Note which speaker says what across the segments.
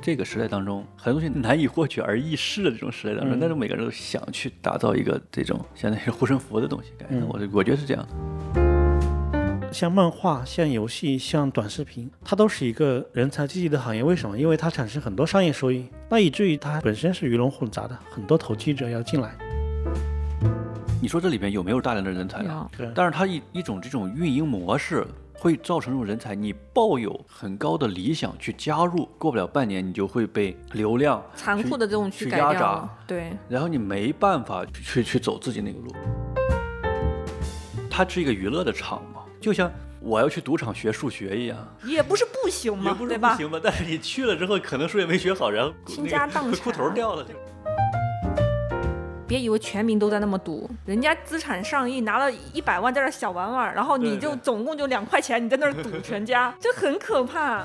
Speaker 1: 这个时代当中，很多东西难以获取而易逝的这种时代当中，
Speaker 2: 嗯
Speaker 1: 但是每个人都想去打造一个这种相当于护身符的东西，感觉
Speaker 2: 嗯
Speaker 1: 我我觉得是这样的。
Speaker 2: 像漫画、像游戏、像短视频，它都是一个人才济济的行业。为什么？因为它产生很多商业收益，那以至于它本身是鱼龙混杂的，很多投机者要进来。
Speaker 1: 你说这里边有没有大量的人才啊？
Speaker 2: 对
Speaker 1: 但是它一一种这种运营模式会造成这种人才，你抱有很高的理想去加入，过不了半年你就会被流量
Speaker 3: 残酷
Speaker 1: 去
Speaker 3: 的这种去
Speaker 1: 去
Speaker 3: 改
Speaker 1: 压
Speaker 3: 掉
Speaker 1: 榨
Speaker 3: 了，对，
Speaker 1: 然后你没办法去去去走自己那个路。它是一个娱乐的场嘛，就像我要去赌场学数学一样，
Speaker 3: 也不是不行
Speaker 1: 也
Speaker 3: 嘛，
Speaker 1: 不是
Speaker 3: 对
Speaker 1: 不
Speaker 3: 吧？
Speaker 1: 行吧？但是你去了之后，可能数学没学好，然后
Speaker 3: 倾家荡
Speaker 1: 那个
Speaker 3: 产
Speaker 1: 裤头掉了。
Speaker 3: 别以为全民都在那么赌，人家资产上亿，拿了一百万在这儿小玩玩，然后
Speaker 1: 对
Speaker 3: 你
Speaker 1: 对
Speaker 3: 就总共就两块钱，你在那儿赌全家， 这很可怕。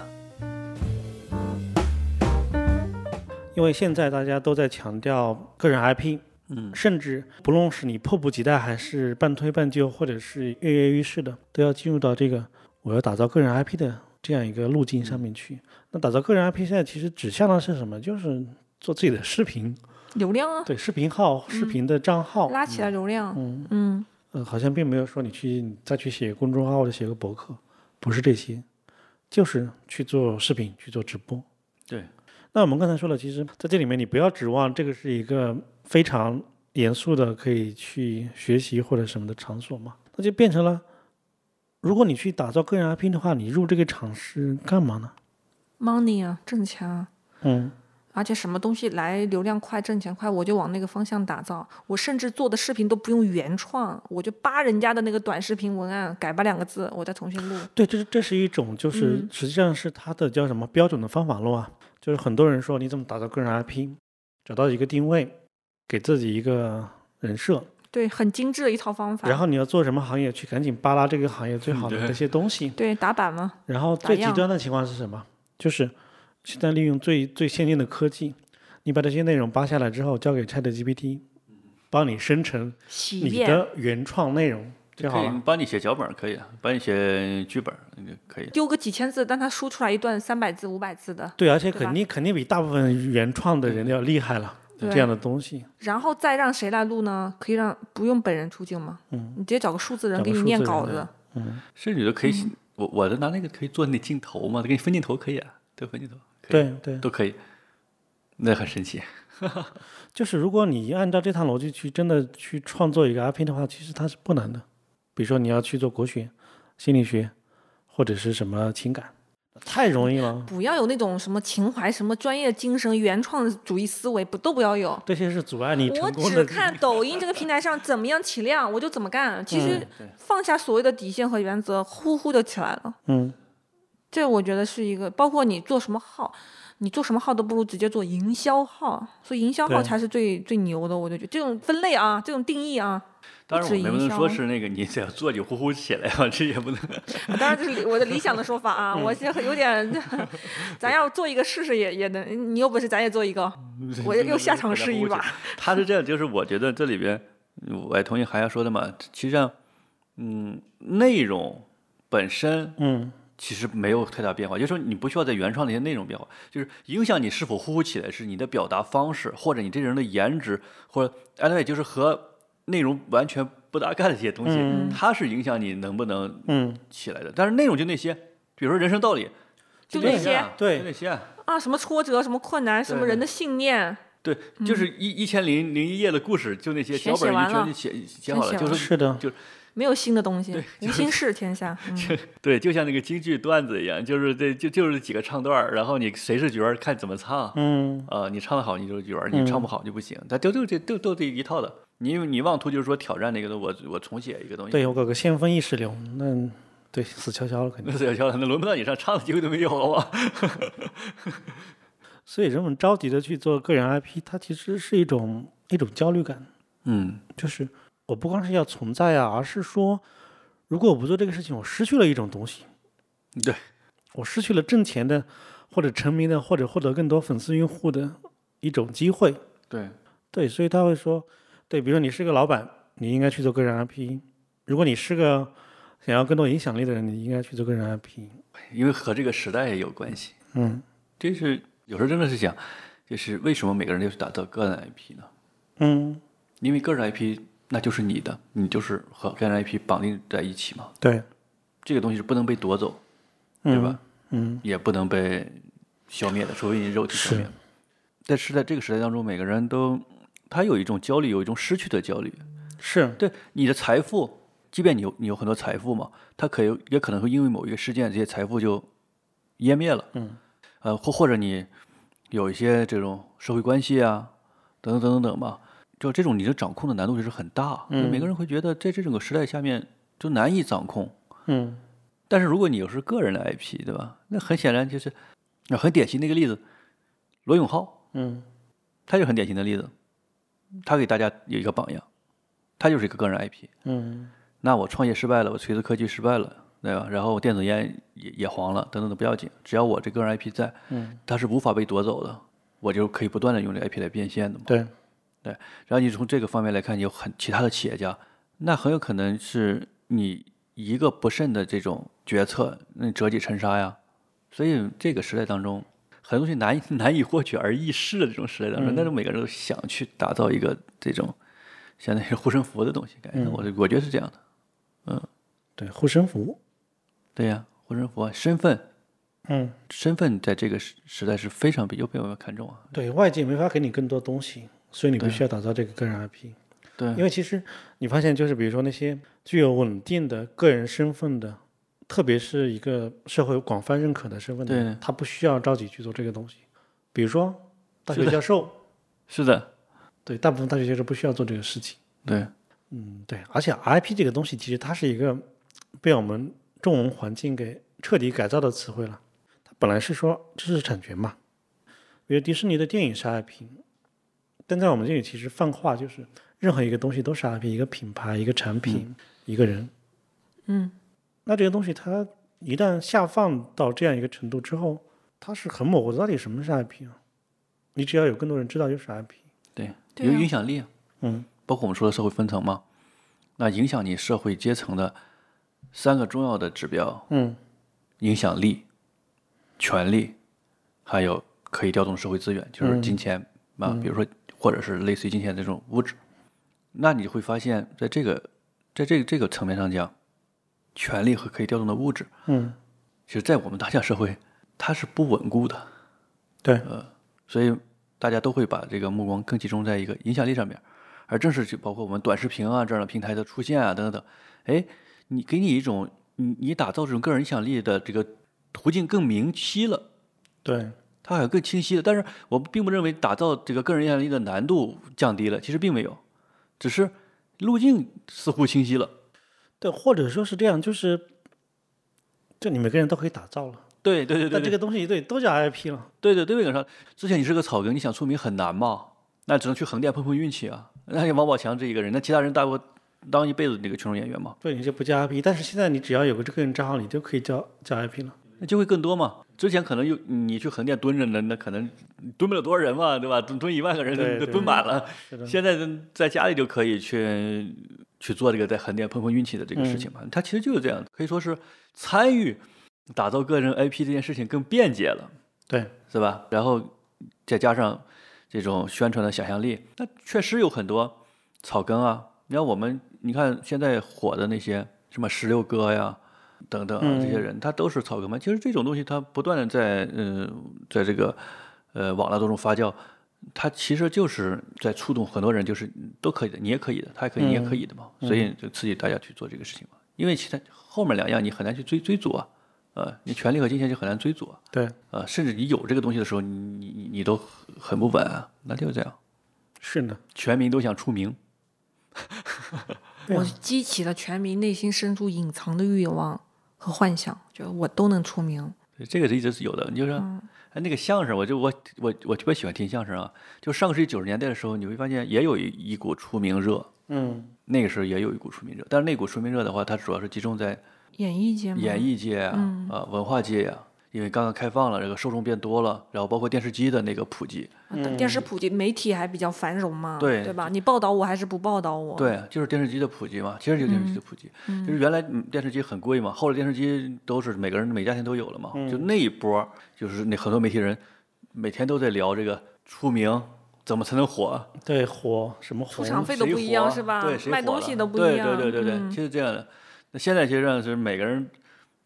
Speaker 2: 因为现在大家都在强调个人 IP，
Speaker 1: 嗯，
Speaker 2: 甚至不论是你迫不及待，还是半推半就，或者是跃跃欲试的，都要进入到这个我要打造个人 IP 的这样一个路径上面去。那打造个人 IP 现在其实指向的是什么？就是做自己的视频，
Speaker 3: 流量啊，
Speaker 2: 对视频号、视频的账号，
Speaker 3: 拉起来流量，
Speaker 2: 嗯
Speaker 3: 嗯，
Speaker 2: 呃，好像并没有说你去你再去写公众号或者写个博客，不是这些，就是去做视频、去做直播。
Speaker 1: 对，
Speaker 2: 那我们刚才说了，其实在这里面你不要指望这个是一个非常严肃的可以去学习或者什么的场所嘛，那就变成了，如果你去打造个人 IP 的话，你入这个场是干嘛呢？
Speaker 3: money 啊，挣钱啊。
Speaker 2: 嗯，
Speaker 3: 而且什么东西来流量快、挣钱快，我就往那个方向打造。我甚至做的视频都不用原创，我就扒人家的那个短视频文案，改吧两个字，我再重新录。
Speaker 2: 对，这是这是一种就是
Speaker 3: 嗯
Speaker 2: 实际上是它的叫什么标准的方法论啊，就是很多人说你怎么打造个人 IP，找到一个定位，给自己一个人设，
Speaker 3: 对，很精致的一套方法。
Speaker 2: 然后你要做什么行业，去赶紧扒拉这个行业最
Speaker 1: 嗯
Speaker 2: 好的
Speaker 1: 对
Speaker 2: 那些东 西。
Speaker 3: 对打板嘛，
Speaker 2: 然后
Speaker 3: 打
Speaker 2: 最极
Speaker 3: 样
Speaker 2: 端的情况是什么？就是现在利用最最先进的科技，你把这些内容扒下来之后，交给 ChatGPT，帮
Speaker 1: 嗯
Speaker 2: 你生成
Speaker 3: 洗
Speaker 2: 你
Speaker 3: 遍，
Speaker 2: 的原创内容就好
Speaker 1: 可以
Speaker 2: 了。
Speaker 1: 帮你写脚本儿可以，啊帮你写剧本儿那个可以。
Speaker 3: 丢个几千字，但他输出来一段三百字、五百字的，
Speaker 2: 对，而且
Speaker 3: 对吧
Speaker 2: 肯定肯定比大部分原创的人要厉害了。
Speaker 3: 对
Speaker 2: 这样的东西，
Speaker 3: 然后再让谁来录呢？可以让不用本人出镜吗？
Speaker 2: 嗯，
Speaker 3: 你直接找个数字人
Speaker 2: 找个
Speaker 3: 给你
Speaker 2: 数
Speaker 3: 念
Speaker 2: 字人
Speaker 3: 稿
Speaker 2: 对
Speaker 3: 子，
Speaker 2: 嗯，
Speaker 1: 甚至都可以写，我我的拿那个可以做那镜头嘛，给你分镜头可以啊，对，分镜头可以
Speaker 2: 对对，
Speaker 1: 都可以，那很神奇。
Speaker 2: 就是如果你按照这套逻辑去真的去创作一个 IP 的话，其实它是不难的。比如说你要去做国学、心理学，或者是什么情感，太容易了。
Speaker 3: 不要有那种什么情怀、什么专业精神、原创主义思维，不都不要有。
Speaker 2: 这些是阻碍你
Speaker 3: 我
Speaker 2: 成功
Speaker 3: 只
Speaker 2: 的。
Speaker 3: 看抖音这个平台上怎么样起量，我就怎么干。
Speaker 2: 嗯
Speaker 3: 其实
Speaker 1: 对
Speaker 3: 放下所谓的底线和原则，呼呼就起来了。
Speaker 2: 嗯，
Speaker 3: 这我觉得是一个，包括你做什么号，你做什么号都不如直接做营销号，所以营销号
Speaker 2: 对
Speaker 3: 才是最最牛的。我就觉得这种分类啊，这种定义啊，
Speaker 1: 当然我
Speaker 3: 止
Speaker 1: 们不
Speaker 3: 营
Speaker 1: 能说
Speaker 3: 销
Speaker 1: 是那个你只要坐就呼呼起来啊，这也不能。
Speaker 3: 啊当然这是理我的理想的说法啊，
Speaker 1: 嗯
Speaker 3: 我现在有点， 咱要做一个试试也也能，你有本事咱也做一个， 我又又下场试一把。
Speaker 1: 嗯他是这样，就是我觉得这里边，我也同意韩亚说的嘛，其实上，嗯，内容本身
Speaker 2: 嗯，
Speaker 1: 其实没有太大变化，就是说你不需要在原创那些内容变化，就是影响你是否呼呼起来是你的表达方式，或者你这人的颜值，或者 anyway 就是和内容完全不搭嘎的一些东西，
Speaker 2: 嗯
Speaker 1: 它是影响你能不能
Speaker 2: 嗯，
Speaker 1: 起来的。但是内容就那些，比如说人生道理，
Speaker 3: 就
Speaker 1: 那
Speaker 3: 那些
Speaker 1: 啊
Speaker 2: 对
Speaker 1: 就那些啊。
Speaker 3: 啊，什么挫折，什么困难，什么
Speaker 1: 对
Speaker 3: 人的信念，
Speaker 1: 对，就是一一千零零一夜的故事，就那些
Speaker 3: 全
Speaker 1: 脚
Speaker 3: 写
Speaker 1: 本儿
Speaker 3: 完
Speaker 1: 一圈
Speaker 3: 了
Speaker 1: 就写写
Speaker 3: 全
Speaker 1: 好了，
Speaker 3: 写
Speaker 1: 就
Speaker 3: 完
Speaker 1: 是
Speaker 2: 是的，
Speaker 3: 没有新的东西，
Speaker 1: 就
Speaker 3: 无
Speaker 1: 是
Speaker 3: 心事天 下。嗯
Speaker 1: 对，就像那个京剧段子一样，就是这就就是几个唱段儿，然后你谁是角儿看怎么唱，
Speaker 2: 嗯，
Speaker 1: 呃，你唱得好你就是角儿，你唱
Speaker 2: 嗯
Speaker 1: 不好就不行，它都都这都都这一套的。你你妄图就是说挑战那个东，我我重写一个东西，
Speaker 2: 对我搞个先锋意识流，那对死翘翘 了肯定。
Speaker 1: 那小乔那轮不到你上，唱的机会都没有，啊好不好？
Speaker 2: 所以人们着急的去做个人 IP，它其实是一种一种焦虑感，
Speaker 1: 嗯，
Speaker 2: 就是我不光是要存在啊，而是说，如果我不做这个事情，我失去了一种东西。
Speaker 1: 嗯对，
Speaker 2: 我失去了挣钱的，或者成名的，或者获得更多粉丝用户的一种机会。
Speaker 1: 对，
Speaker 2: 对，所以他会说，对，比如说你是个老板，你应该去做个人 IP；如果你是个想要更多影响力的人，你应该去做个人 IP。
Speaker 1: 因为和这个时代也有关系，
Speaker 2: 嗯，
Speaker 1: 这是有时候真的是想，就是为什么每个人要去打造个人 IP 呢？
Speaker 2: 嗯，
Speaker 1: 因为个人 IP 那就是你的，你就是和个人 IP 绑定在一起嘛。
Speaker 2: 对，
Speaker 1: 这个东西是不能被夺走，
Speaker 2: 嗯、
Speaker 1: 对吧？？
Speaker 2: 嗯，
Speaker 1: 也不能被消灭的，除非你肉体消灭
Speaker 2: 是。
Speaker 1: 但是在这个时代当中，每个人都他有一种焦虑，有一种失去的焦虑。
Speaker 2: 是，
Speaker 1: 对你的财富，即便你有你有很多财富嘛，它可有也可能会因为某一个事件，这些财富就湮灭了。
Speaker 2: 嗯，
Speaker 1: 呃，或或者你有一些这种社会关系啊，等等等等等嘛，就这种你的掌控的难度就是很大。
Speaker 2: 嗯
Speaker 1: 就每个人会觉得在这种个时代下面就难以掌控。
Speaker 2: 嗯，
Speaker 1: 但是如果你又是个人的 IP，对吧？那很显然就是，那很典型的一个例子，罗永浩，
Speaker 2: 嗯，
Speaker 1: 他就很典型的例子，他给大家有一个榜样，他就是一个个人 IP。
Speaker 2: 嗯，
Speaker 1: 那我创业失败了，我锤子科技失败了，对吧？然后电子烟也也黄了，等等的不要紧，只要我这个人 IP 在，
Speaker 2: 嗯，
Speaker 1: 它是无法被夺走的，我就可以不断的用这个 IP 来变现的嘛。
Speaker 2: 对，
Speaker 1: 然后你从这个方面来看，有很其他的企业家，那很有可能是你一个不慎的这种决策，那你折戟沉沙呀。所以这个时代当中，很多东西难以 难以获取而易逝的这种时代当中，但是每个人都想去打造一个这种相当于护身符的东西，感觉、我我觉得是这样的。
Speaker 2: 对，护身符，
Speaker 1: 对呀、护身符啊，身份
Speaker 2: 嗯，
Speaker 1: 身份在这个时时代是非常比又被我们看重啊。
Speaker 2: 对外界没法给你更多东西，所以你必须要打造这个个人 IP。
Speaker 1: 对啊，
Speaker 2: 因为其实你发现，就是比如说那些具有稳定的个人身份的，特别是一个社会广泛认可的身份的人
Speaker 1: 对，
Speaker 2: 他不需要着急去做这个东西。比如说大学教授，
Speaker 1: 是的，
Speaker 2: 对，大部分大学教授不需要做这个事情。
Speaker 1: 对，
Speaker 2: 嗯，对，而且 IP 这个东西其实它是一个被我们中文环境给彻底改造的词汇了。它本来是说知识产权嘛，比如迪士尼的电影是 IP，但在我们这里其实泛化就是任何一个东西都是 IP，一个品牌、一个产品、一个人。
Speaker 3: 嗯，
Speaker 2: 那这个东西它一旦下放到这样一个程度之后，它是很模糊的，到底什么是 IP 啊？你只要有更多人知道就是 IP。
Speaker 1: 对，
Speaker 3: 对
Speaker 1: 有
Speaker 3: 啊
Speaker 1: 影响力啊。
Speaker 2: 嗯
Speaker 1: 包括我们说的社会分层嘛，那影响你社会阶层的三个重要的指标：
Speaker 2: 嗯
Speaker 1: 影响力、权力，还有可以调动社会资源，就是金钱、啊，比如说或者是类似于金钱这种物质。那你会发现在这个在这个这个层面上讲，权力和可以调动的物质，
Speaker 2: 嗯，
Speaker 1: 其实在我们当下社会它是不稳固的，
Speaker 2: 对，
Speaker 1: 呃所以大家都会把这个目光更集中在一个影响力上面，而正是就包括我们短视频啊这样的平台的出现啊等等等，哎，你给你一种你你打造这种个人影响力的这个途径更明晰了。
Speaker 2: 对，
Speaker 1: 它还有更清晰的，但是我并不认为打造这个个人影响力的难度降低了，其实并没有，只是路径似乎清晰了。
Speaker 2: 对，或者说是这样，就是，就你每个人都可以打造了，
Speaker 1: 对对对对
Speaker 2: 但这个东西对都叫 IP 了。
Speaker 1: 对对对，魏梗上，之前你是个草根，你想出名很难嘛？那只能去横店碰碰运气啊。那像王宝强这一个人，那其他人大部分当一辈子这个群众演员嘛，
Speaker 2: 对，你这不叫 IP，但是现在你只要有个这个人账号，你就可以叫叫 IP 了。
Speaker 1: 那就会更多嘛。之前可能有你去横店蹲着呢，那可能蹲不了多少人嘛，对吧？蹲蹲一万个人
Speaker 2: 对
Speaker 1: 都
Speaker 2: 对
Speaker 1: 蹲满了
Speaker 2: 是。的
Speaker 1: 现在在家里就可以去去做这个在横店碰碰运气的这个事情嘛。
Speaker 2: 嗯
Speaker 1: 它其实就是这样，可以说是参与打造个人 IP 这件事情更便捷了。
Speaker 2: 对，
Speaker 1: 是吧？然后再加上这种宣传的想象力，那确实有很多草根啊。你看我们，你看现在火的那些什么十六哥呀等等啊，
Speaker 2: 嗯
Speaker 1: 这些人，他都是草根嘛。其实这种东西，它不断的在嗯、在这个呃网络当中发酵，它其实就是在触动很多人，就是都可以的，你也可以的，他也可以，你也可以的嘛。所以就刺激大家去做这个事情嘛。因为其他后面两样你很难去追追逐啊，呃，你权力和金钱就很难追逐啊。
Speaker 2: 对，
Speaker 1: 呃，甚至你有这个东西的时候，你你你你都很不稳啊，那就是这样。
Speaker 2: 是的，
Speaker 1: 全民都想出名，
Speaker 3: 我激起了全民内心深处隐藏的欲望和幻想，就我都能出名。
Speaker 1: 这个是一直是有的。你就是，哎，那个相声，我就我我我特别喜欢听相声啊。就上个世纪九十年代的时候，你会发现也有一一股出名热，
Speaker 2: 嗯
Speaker 1: 那个时候也有一股出名热，但是那股出名热的话，它主要是集中在
Speaker 3: 演艺界吗？
Speaker 1: 演艺界啊、呃文化界啊，因为刚刚开放了，这个受众变多了，然后包括电视机的那个普及，
Speaker 3: 啊电视普及，媒体还比较繁荣嘛，
Speaker 1: 对
Speaker 3: 吧？你报道我还是不报道我？，
Speaker 1: 对，就是电视机的普及嘛，其实就是电视机的普及，就是原来嗯电视机很贵嘛，后来电视机都是每个人每家庭都有了嘛，就那一波儿就是那很多媒体人每天都在聊这个出名怎么才能火，
Speaker 2: 对火什么
Speaker 3: 出
Speaker 2: 红，
Speaker 3: 场费都
Speaker 1: 谁
Speaker 3: 不一样
Speaker 1: 火
Speaker 3: 是吧
Speaker 1: 对，谁
Speaker 3: 卖
Speaker 1: 火
Speaker 3: 东
Speaker 1: 了
Speaker 3: 西都不一样
Speaker 1: 对对对对对，
Speaker 3: 嗯
Speaker 1: 其实这样的。那现在其实上是每个人，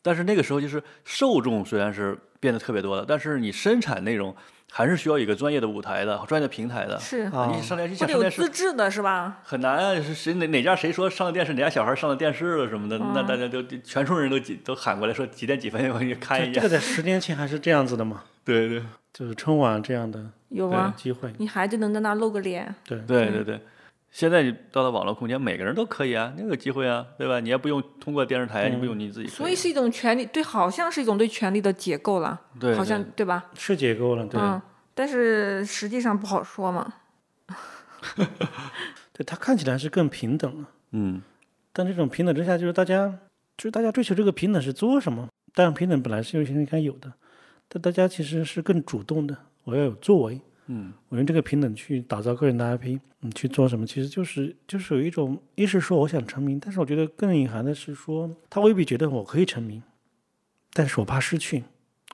Speaker 1: 但是那个时候就是受众虽然是变得特别多了，但是你生产内容还是需要一个专业的舞台的、专业的平台的。
Speaker 3: 是
Speaker 2: 啊
Speaker 1: 你上电视，
Speaker 3: 或
Speaker 1: 想
Speaker 3: 者
Speaker 1: 上
Speaker 3: 有
Speaker 1: 电视
Speaker 3: 资质的是吧？
Speaker 1: 很难啊！是谁哪哪家谁说上了电视，哪家小孩上了电视了什么的，
Speaker 3: 嗯
Speaker 1: 那大家都全村人都几都喊过来说几点几分我去看
Speaker 2: 这
Speaker 1: 一
Speaker 2: 这
Speaker 1: 下
Speaker 2: 个。在十年前还是这样子的嘛，
Speaker 1: 对
Speaker 3: 嗯
Speaker 1: 对
Speaker 2: 就是春晚这样的
Speaker 3: 有
Speaker 1: 对
Speaker 3: 啊，
Speaker 2: 机会，
Speaker 3: 你孩子能在那露个脸，
Speaker 2: 对，
Speaker 1: 对对对，现在你到了网络空间，每个人都可以啊，那个机会啊，对吧？你也不用通过电视台，你不用你自己可，
Speaker 3: 嗯
Speaker 1: 啊
Speaker 3: 所以是一种权利，对，好像是一种对权力的解构了，
Speaker 1: 对对
Speaker 3: 好像对吧？
Speaker 2: 是解构了，对，
Speaker 3: 嗯，但是实际上不好说嘛。
Speaker 2: 对，它看起来是更平等了，
Speaker 1: 嗯，
Speaker 2: 但这种平等之下，就是大家就是大家追求这个平等是做什么？当然，平等本来是应该有的，但大家其实是更主动的，我要有作为，
Speaker 1: 嗯，
Speaker 2: 我用这个平等去打造个人的 IP，嗯，去做什么？其实就是就是有一种，一是说我想成名，但是我觉得更隐含的是说，他未必觉得我可以成名，但是我怕失去，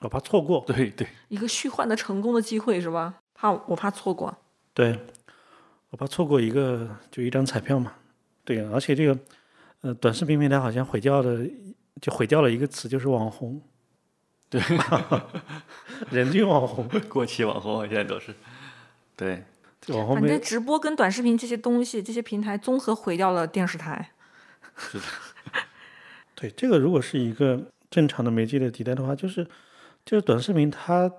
Speaker 2: 我怕错过，
Speaker 1: 对对，
Speaker 3: 一个虚幻的成功的机会是吧？怕我怕错过，
Speaker 2: 对，我怕错过一个就一张彩票嘛。对，而且这个呃，短视频平台好像毁掉的就毁掉了一个词，就是网红。
Speaker 1: 对，
Speaker 2: 人均网红，
Speaker 1: 过气网红现在都是，对，
Speaker 2: 这网红
Speaker 3: 反
Speaker 2: 没
Speaker 3: 正直播跟短视频这些东西，这些平台综合毁掉了电视台。
Speaker 2: 对，这个如果是一个正常的媒介的迭代的话，就是就是短视频它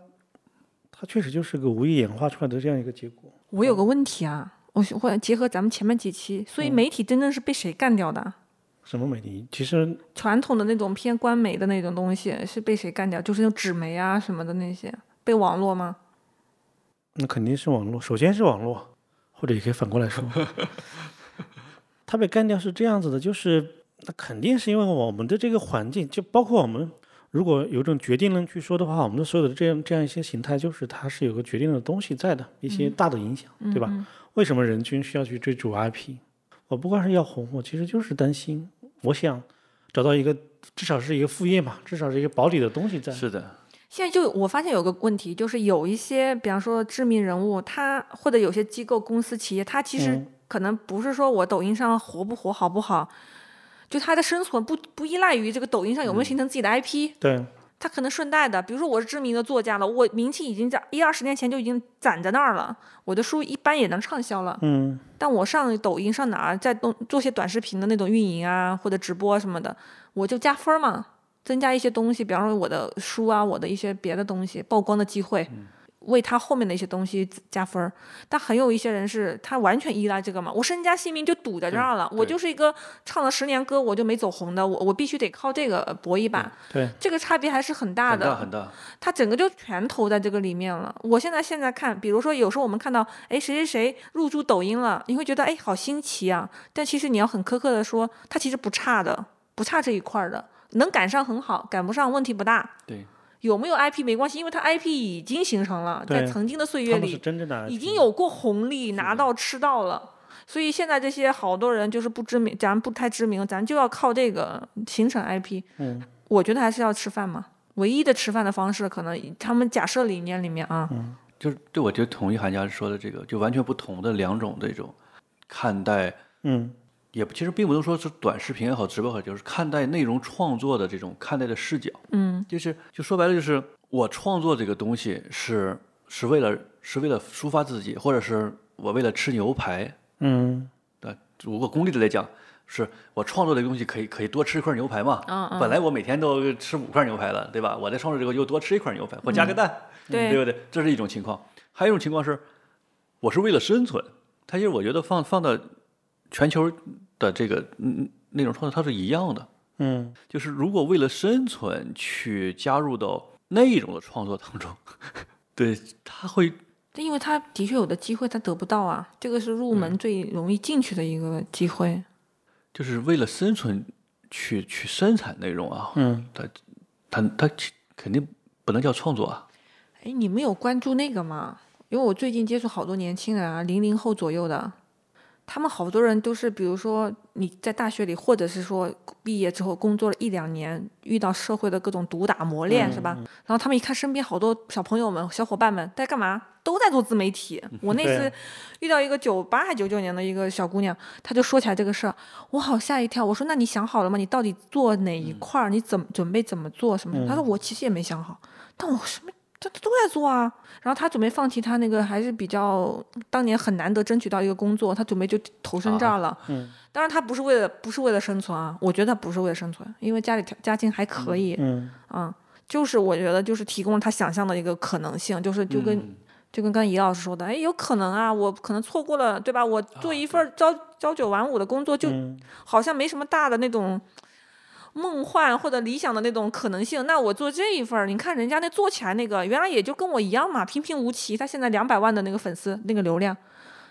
Speaker 2: 它确实就是个无意演化出来的这样一个结果。
Speaker 3: 我有个问题啊，我想会结合咱们前面几期，所以媒体真正是被谁干掉的啊？
Speaker 2: 什么媒体？其实
Speaker 3: 传统的那种偏官媒的那种东西是被谁干掉？就是那种纸媒啊什么的那些，被网络吗？
Speaker 2: 那肯定是网络，首先是网络，或者也可以反过来说， 它被干掉是这样子的，就是那肯定是因为我们的这个环境，就包括我们如果有一种决定论去说的话，我们的所有的这样这样一些形态，就是它是有个决定的东西在的，一些
Speaker 3: 嗯
Speaker 2: 大的影响，对吧？为什么人均需要去追逐 IP？我不光是要红，我其实就是担心，我想找到一个至少是一个副业嘛，至少是一个保底的东西在。
Speaker 1: 是的，
Speaker 3: 现在就我发现有个问题，就是有一些，比方说知名人物，他或者有些机构、公司、企业，他其实
Speaker 2: 嗯
Speaker 3: 可能不是说我抖音上火不火、好不好，就他的生存不不依赖于这个抖音上有没有形成自己的 IP，、
Speaker 2: 对，
Speaker 3: 他可能顺带的，比如说我是知名的作家了，我名气已经在一二十年前就已经攒在那儿了，我的书一般也能畅销了，
Speaker 2: 嗯，
Speaker 3: 但我上抖音上哪儿再动做些短视频的那种运营啊，或者直播什么的，我就加分儿嘛，增加一些东西，比方说我的书啊，我的一些别的东西曝光的机会，
Speaker 1: 嗯
Speaker 3: 为他后面的一些东西加分儿。但很有一些人是他完全依赖这个嘛，我身家性命就赌在这儿了，我
Speaker 1: 对
Speaker 3: 就是一个唱了十年歌我就没走红的，我我必须得靠这个搏一把，
Speaker 2: 对，
Speaker 3: 这个差别还是很大
Speaker 1: 很
Speaker 3: 的。
Speaker 1: 大很大，
Speaker 3: 他整个就全投在这个里面了。我现在现在看，比如说有时候我们看到，哎，谁谁谁入驻抖音了，你会觉得哎，好新奇啊。但其实你要很苛刻的说，他其实不差的，不差这一块儿的，能赶上很好，赶不上问题不大。
Speaker 1: 对，
Speaker 3: 有没有 IP 没关系，因为他 IP 已经形成了，在
Speaker 2: 对
Speaker 3: 曾经的岁月
Speaker 2: 他们是
Speaker 3: 里
Speaker 2: 真正的 IP
Speaker 3: 已经有过红利，拿到吃到了。所以现在这些好多人就是不知名，咱不太知名，咱就要靠这个形成 IP。
Speaker 2: 嗯。
Speaker 3: 我觉得还是要吃饭嘛。唯一的吃饭的方式，可能他们假设理念里面啊，
Speaker 1: 就是对我觉得同意韩家说的这个，就完全不同的两种这种看待，
Speaker 2: 嗯，
Speaker 1: 也不其实并不能说是短视频也好，直播也好，就是看待内容创作的这种看待的视角。
Speaker 3: 嗯，
Speaker 1: 就是就说白了，就是我创作这个东西是是为了是为了抒发自己，或者是我为了吃牛排。
Speaker 2: 嗯，
Speaker 1: 呃，如果功利的来讲，是我创作这个东西可以可以多吃一块牛排嘛？
Speaker 3: 嗯嗯
Speaker 1: 本来我每天都吃五块牛排了，对吧？我在创作这个又多吃一块牛排，我加个蛋，
Speaker 3: 嗯对
Speaker 1: 对不对？这是一种情况。还有一种情况是，我是为了生存。它就是我觉得放放到全球的这个嗯内容创作，它是一样的。
Speaker 2: 嗯，
Speaker 1: 就是如果为了生存去加入到那种的创作当中， 对，他会
Speaker 3: 因为他的确有的机会他得不到啊，这个是入门最容易进去的一个机会。
Speaker 1: 就是为了生存去去生产内容啊，
Speaker 2: 嗯，
Speaker 1: 他他其肯定不能叫创作啊，
Speaker 3: 哎，你们有关注那个吗？因为我最近接触好多年轻人啊，零零后左右的，他们好多人都是，比如说你在大学里，或者是说毕业之后工作了一两年，遇到社会的各种毒打磨练，是吧？然后他们一看身边好多小朋友们、小伙伴们在干嘛，都在做自媒体。我那次
Speaker 2: 对
Speaker 3: 遇到一个九八还九九年的一个小姑娘，她就说起来这个事儿，我好吓一跳。我说：“那你想好了吗？你到底做哪一块儿？你怎么准备怎么做什么的？”她说：“我其实也没想好，但我什么。”这都在做啊，然后她准备放弃她那个还是比较当年很难得争取到一个工作，她准备就投身这儿了。
Speaker 2: 嗯
Speaker 3: 当然她不是为了不是为了生存啊，我觉得她不是为了生存，因为家里条家境还可以，
Speaker 2: 嗯，
Speaker 3: 啊，就是我觉得就是提供了他想象的一个可能性，就是就跟、
Speaker 1: 嗯
Speaker 3: 就跟刚才尹老师说的，哎，有可能啊，我可能错过了，对吧？我做一份儿朝、朝九晚五的工作，就
Speaker 2: 啊嗯
Speaker 3: 好像没什么大的那种梦幻或者理想的那种可能性。那我做这一份儿，你看人家那做起来那个，原来也就跟我一样嘛，平平无奇。他现在两百万的那个粉丝，那个流量，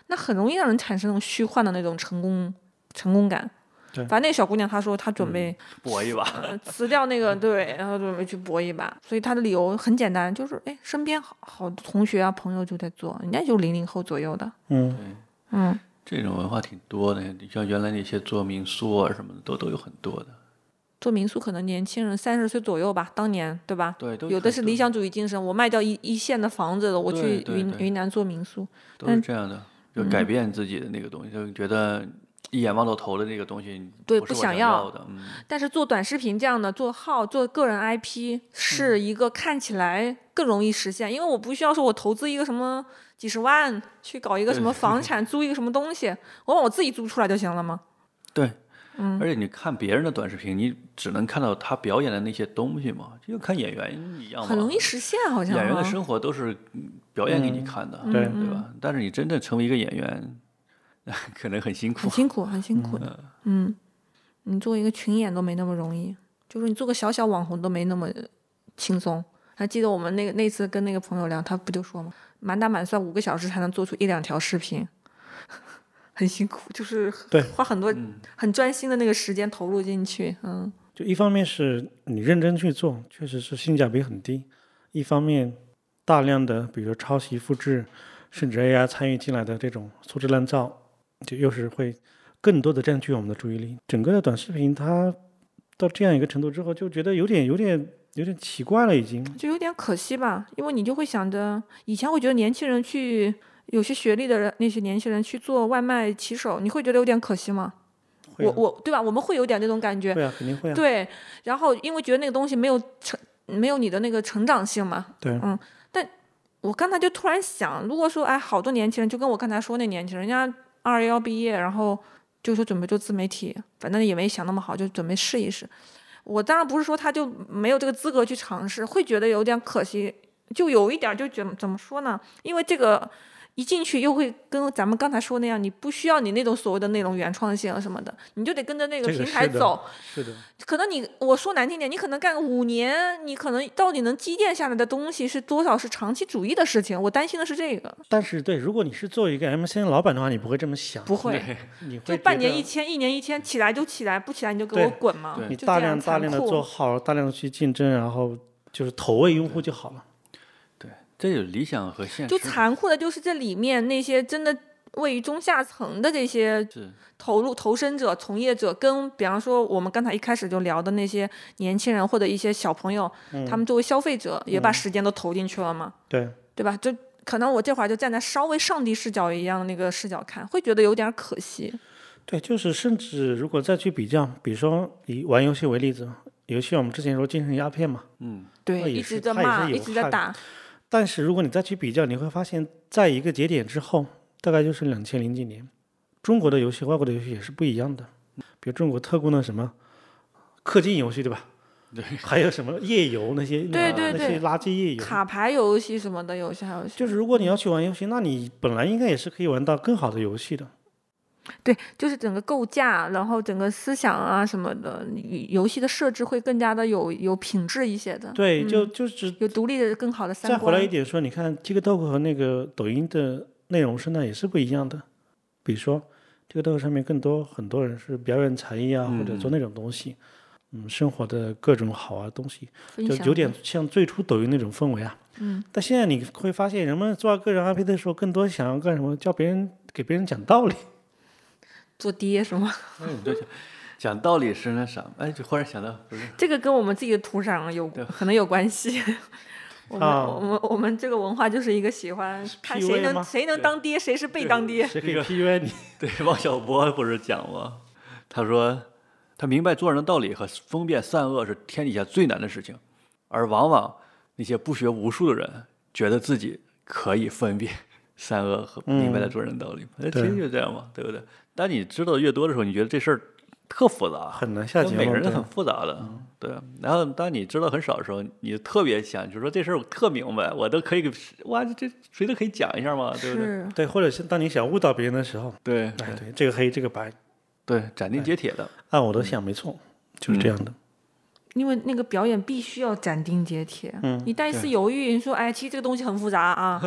Speaker 3: 那很容易让人产生那种虚幻的那种成功成功感。
Speaker 2: 对
Speaker 3: 反正那个小姑娘她说她准备、
Speaker 1: 搏一把，
Speaker 3: 呃辞掉那个对，然后准备去搏一把。所以他的理由很简单，就是哎，身边好好的同学啊朋友就在做，人家就零零后左右的，
Speaker 2: 嗯，
Speaker 3: 嗯，
Speaker 1: 这种文化挺多的。你像原来那些做民宿啊什么的，都都有很多的。
Speaker 3: 做民宿可能年轻人三十岁左右吧，当年对吧？
Speaker 1: 对，都
Speaker 3: 有的
Speaker 1: 很
Speaker 3: 是
Speaker 1: 多
Speaker 3: 理想主义精神，我卖掉一一线的房子了，我
Speaker 1: 对
Speaker 3: 去
Speaker 1: 对
Speaker 3: 云
Speaker 1: 对
Speaker 3: 云南做民宿。
Speaker 1: 都是这样的，就
Speaker 3: 嗯
Speaker 1: 改变自己的那个东西，就觉得一眼望到头的那个东西，
Speaker 3: 对
Speaker 1: 不
Speaker 3: 不
Speaker 1: 是我
Speaker 3: 想
Speaker 1: 想
Speaker 3: 要
Speaker 1: 的，嗯，
Speaker 3: 但是做短视频这样的，做号、做个人 IP 是
Speaker 1: 嗯
Speaker 3: 一个看起来更容易实现，因为我不需要说我投资一个什么几十万去搞一个什么
Speaker 1: 对
Speaker 3: 房产，租一个什么东西，我把我自己租出来就行了嘛。
Speaker 1: 对。
Speaker 3: 嗯
Speaker 1: 而且你看别人的短视频，你只能看到他表演的那些东西嘛，就跟看演员一样嘛。
Speaker 3: 很容易啊实现，好像
Speaker 1: 演员的
Speaker 3: 哈
Speaker 1: 生活都是嗯表演给你看的，
Speaker 3: 嗯
Speaker 2: 对
Speaker 1: 对吧？但是你真正成为一个演员， 可能很辛苦
Speaker 3: 很。辛苦，很辛苦的。嗯，你做一个群演都没那么容易，就是你做个小小网红都没那么轻松。还记得我们那个那次跟那个朋友聊，他不就说嘛，满打满算五个小时才能做出一两条视频， 很辛苦，就是
Speaker 2: 对
Speaker 3: 花很多
Speaker 1: 嗯，
Speaker 3: 很专心的那个时间投入进去。嗯，
Speaker 2: 就一方面是你认真去做，确实是性价比很低；一方面大量的比如说抄袭、复制，甚至 AI 参与进来的这种粗制滥造，就又是会更多的占据我们的注意力。整个的短视频它到这样一个程度之后，就觉得有点、有点、有点奇怪了，已经。
Speaker 3: 就有点可惜吧，因为你就会想着，以前会觉得年轻人去。有些学历的人，那些年轻人去做外卖骑手，你会觉得有点可惜吗？
Speaker 2: 会
Speaker 3: 我
Speaker 2: 啊，
Speaker 3: 我对吧？我们会有点那种感觉，
Speaker 2: 会啊，肯定会啊。
Speaker 3: 对，然后因为觉得那个东西没有成，没有你的那个成长性嘛。
Speaker 2: 对
Speaker 3: 嗯，但我刚才就突然想，如果说哎，好多年轻人就跟我刚才说那年轻人，人家二幺毕业，然后就说准备做自媒体，反正也没想那么好，就准备试一试。我当然不是说他就没有这个资格去尝试，会觉得有点可惜，就有一点儿就怎么怎么说呢？因为这个一进去又会跟咱们刚才说那样，你不需要你那种所谓的那种原创性啊什么的，你就得跟着那个
Speaker 2: 这个
Speaker 3: 平
Speaker 2: 是
Speaker 3: 台
Speaker 2: 的
Speaker 3: 走。
Speaker 2: 是的，
Speaker 3: 可能你我说难听点，你可能干个五年，你可能到底能积淀下来的东西是多少是长期主义的事情。我担心的是这个，
Speaker 2: 但是对，如果你是做一个 MCN 老板的话，你不会这么想，
Speaker 3: 不会，
Speaker 2: 你会
Speaker 3: 就半
Speaker 2: 觉
Speaker 3: 年
Speaker 2: 得
Speaker 3: 一千，一年一千，起来就起来，不起来你就给
Speaker 2: 对
Speaker 3: 我滚嘛
Speaker 1: 对。
Speaker 2: 你
Speaker 3: 就
Speaker 2: 大
Speaker 3: 这样
Speaker 2: 量大
Speaker 3: 残
Speaker 2: 量的
Speaker 3: 酷
Speaker 2: 做好，大量的去竞争，然后就是投喂用户就好了。
Speaker 1: 对，这有理想和现实。
Speaker 3: 就残酷的就是这里面那些真的位于中下层的这些
Speaker 1: 是
Speaker 3: 投入投身者、从业者，跟比方说我们刚才一开始就聊的那些年轻人或者一些小朋友，
Speaker 2: 嗯
Speaker 3: 他们作为消费者也把时间都投进去了嘛。
Speaker 2: 对，
Speaker 3: 对吧？就可能我这会儿就站在稍微上帝视角一样那个视角看，会觉得有点可惜。
Speaker 2: 对，就是甚至如果再去比较，比如说以玩游戏为例子，游戏我们之前说精神鸦片嘛，
Speaker 1: 嗯，
Speaker 2: 那
Speaker 3: 对，
Speaker 2: 也
Speaker 3: 一
Speaker 2: 是
Speaker 3: 直在
Speaker 2: 他也
Speaker 3: 骂，
Speaker 2: 是
Speaker 3: 一
Speaker 2: 有
Speaker 3: 直在
Speaker 2: 害
Speaker 3: 打，
Speaker 2: 但是如果你再去比较，你会发现在一个节点之后，大概就是两千零几年，中国的游戏、外国的游戏也是不一样的。比如中国特供的什么氪金游戏，对吧？
Speaker 1: 对，
Speaker 2: 还有什么夜游那些，
Speaker 3: 对
Speaker 1: 对
Speaker 2: 那
Speaker 3: 对
Speaker 2: 些垃圾夜游，
Speaker 3: 卡牌游戏什么的，有些还有
Speaker 2: 就是如果你要去玩游戏，那你本来应该也是可以玩到更好的游戏的。
Speaker 3: 对，就是整个构架，然后整个思想啊什么的，你游戏的设置会更加的有有品质一些的，
Speaker 2: 对，就就是
Speaker 3: 有独立的更好的
Speaker 2: 再
Speaker 3: 嗯三
Speaker 2: 回来一
Speaker 3: 观。
Speaker 2: 点说，你看 TikTok 和那个抖音的内容生态也是不一样的。比如说 TikTok 上面更多很多人是表演才艺啊，或者做那种东西，嗯，生活的各种好玩的东西，
Speaker 3: 分
Speaker 2: 就
Speaker 3: 享
Speaker 2: 有点像最初抖音那种氛围啊。
Speaker 3: 嗯，
Speaker 2: 但现在你会发现，人们做个人 IP 的时候，更多想要干什么？叫别人给别人讲道理。
Speaker 3: 做爹是吗？
Speaker 1: 嗯，对，讲道理是那啥，哎，就忽然想到，不是
Speaker 3: 这个跟我们自己的土壤有
Speaker 1: 对
Speaker 3: 可能有 关系。我们、
Speaker 2: 啊
Speaker 3: 我们我们这个文化就是一个喜欢看谁
Speaker 2: PUA 吗
Speaker 3: 能谁能当爹，谁是被当爹。
Speaker 2: 谁可以
Speaker 1: 这个
Speaker 2: PUA 你？
Speaker 1: 对王小波不是讲吗？他说他明白做人的道理和分辨善恶是天底下最难的事情，而往往那些不学无术的人觉得自己可以分辨善恶和明白了做人的道理，那、其实
Speaker 2: 对
Speaker 1: 就这样嘛，对不对？当你知道的越多的时候，你觉得这事儿特复杂，
Speaker 2: 很难下
Speaker 1: 就
Speaker 2: 结
Speaker 1: 每个人
Speaker 2: 论。
Speaker 1: 都
Speaker 2: 对
Speaker 1: 很复杂的，对。然后当你知道很少的时候，你特别想，就是说这事儿我特明白，我都可以给哇，这这谁都可以讲一下嘛，对不对？
Speaker 3: 是，
Speaker 2: 对，或者是当你想误导别人的时候，
Speaker 1: 对哎
Speaker 2: 哎，对，这个黑，这个白，
Speaker 1: 对，斩钉截铁的，
Speaker 2: 按我的想没错，就
Speaker 1: 嗯
Speaker 2: 是这样的。
Speaker 3: 因为那个表演必须要斩钉截铁。
Speaker 2: 嗯
Speaker 1: 嗯
Speaker 3: 你带一丝犹豫，你说哎，其实这个东西很复 杂啊，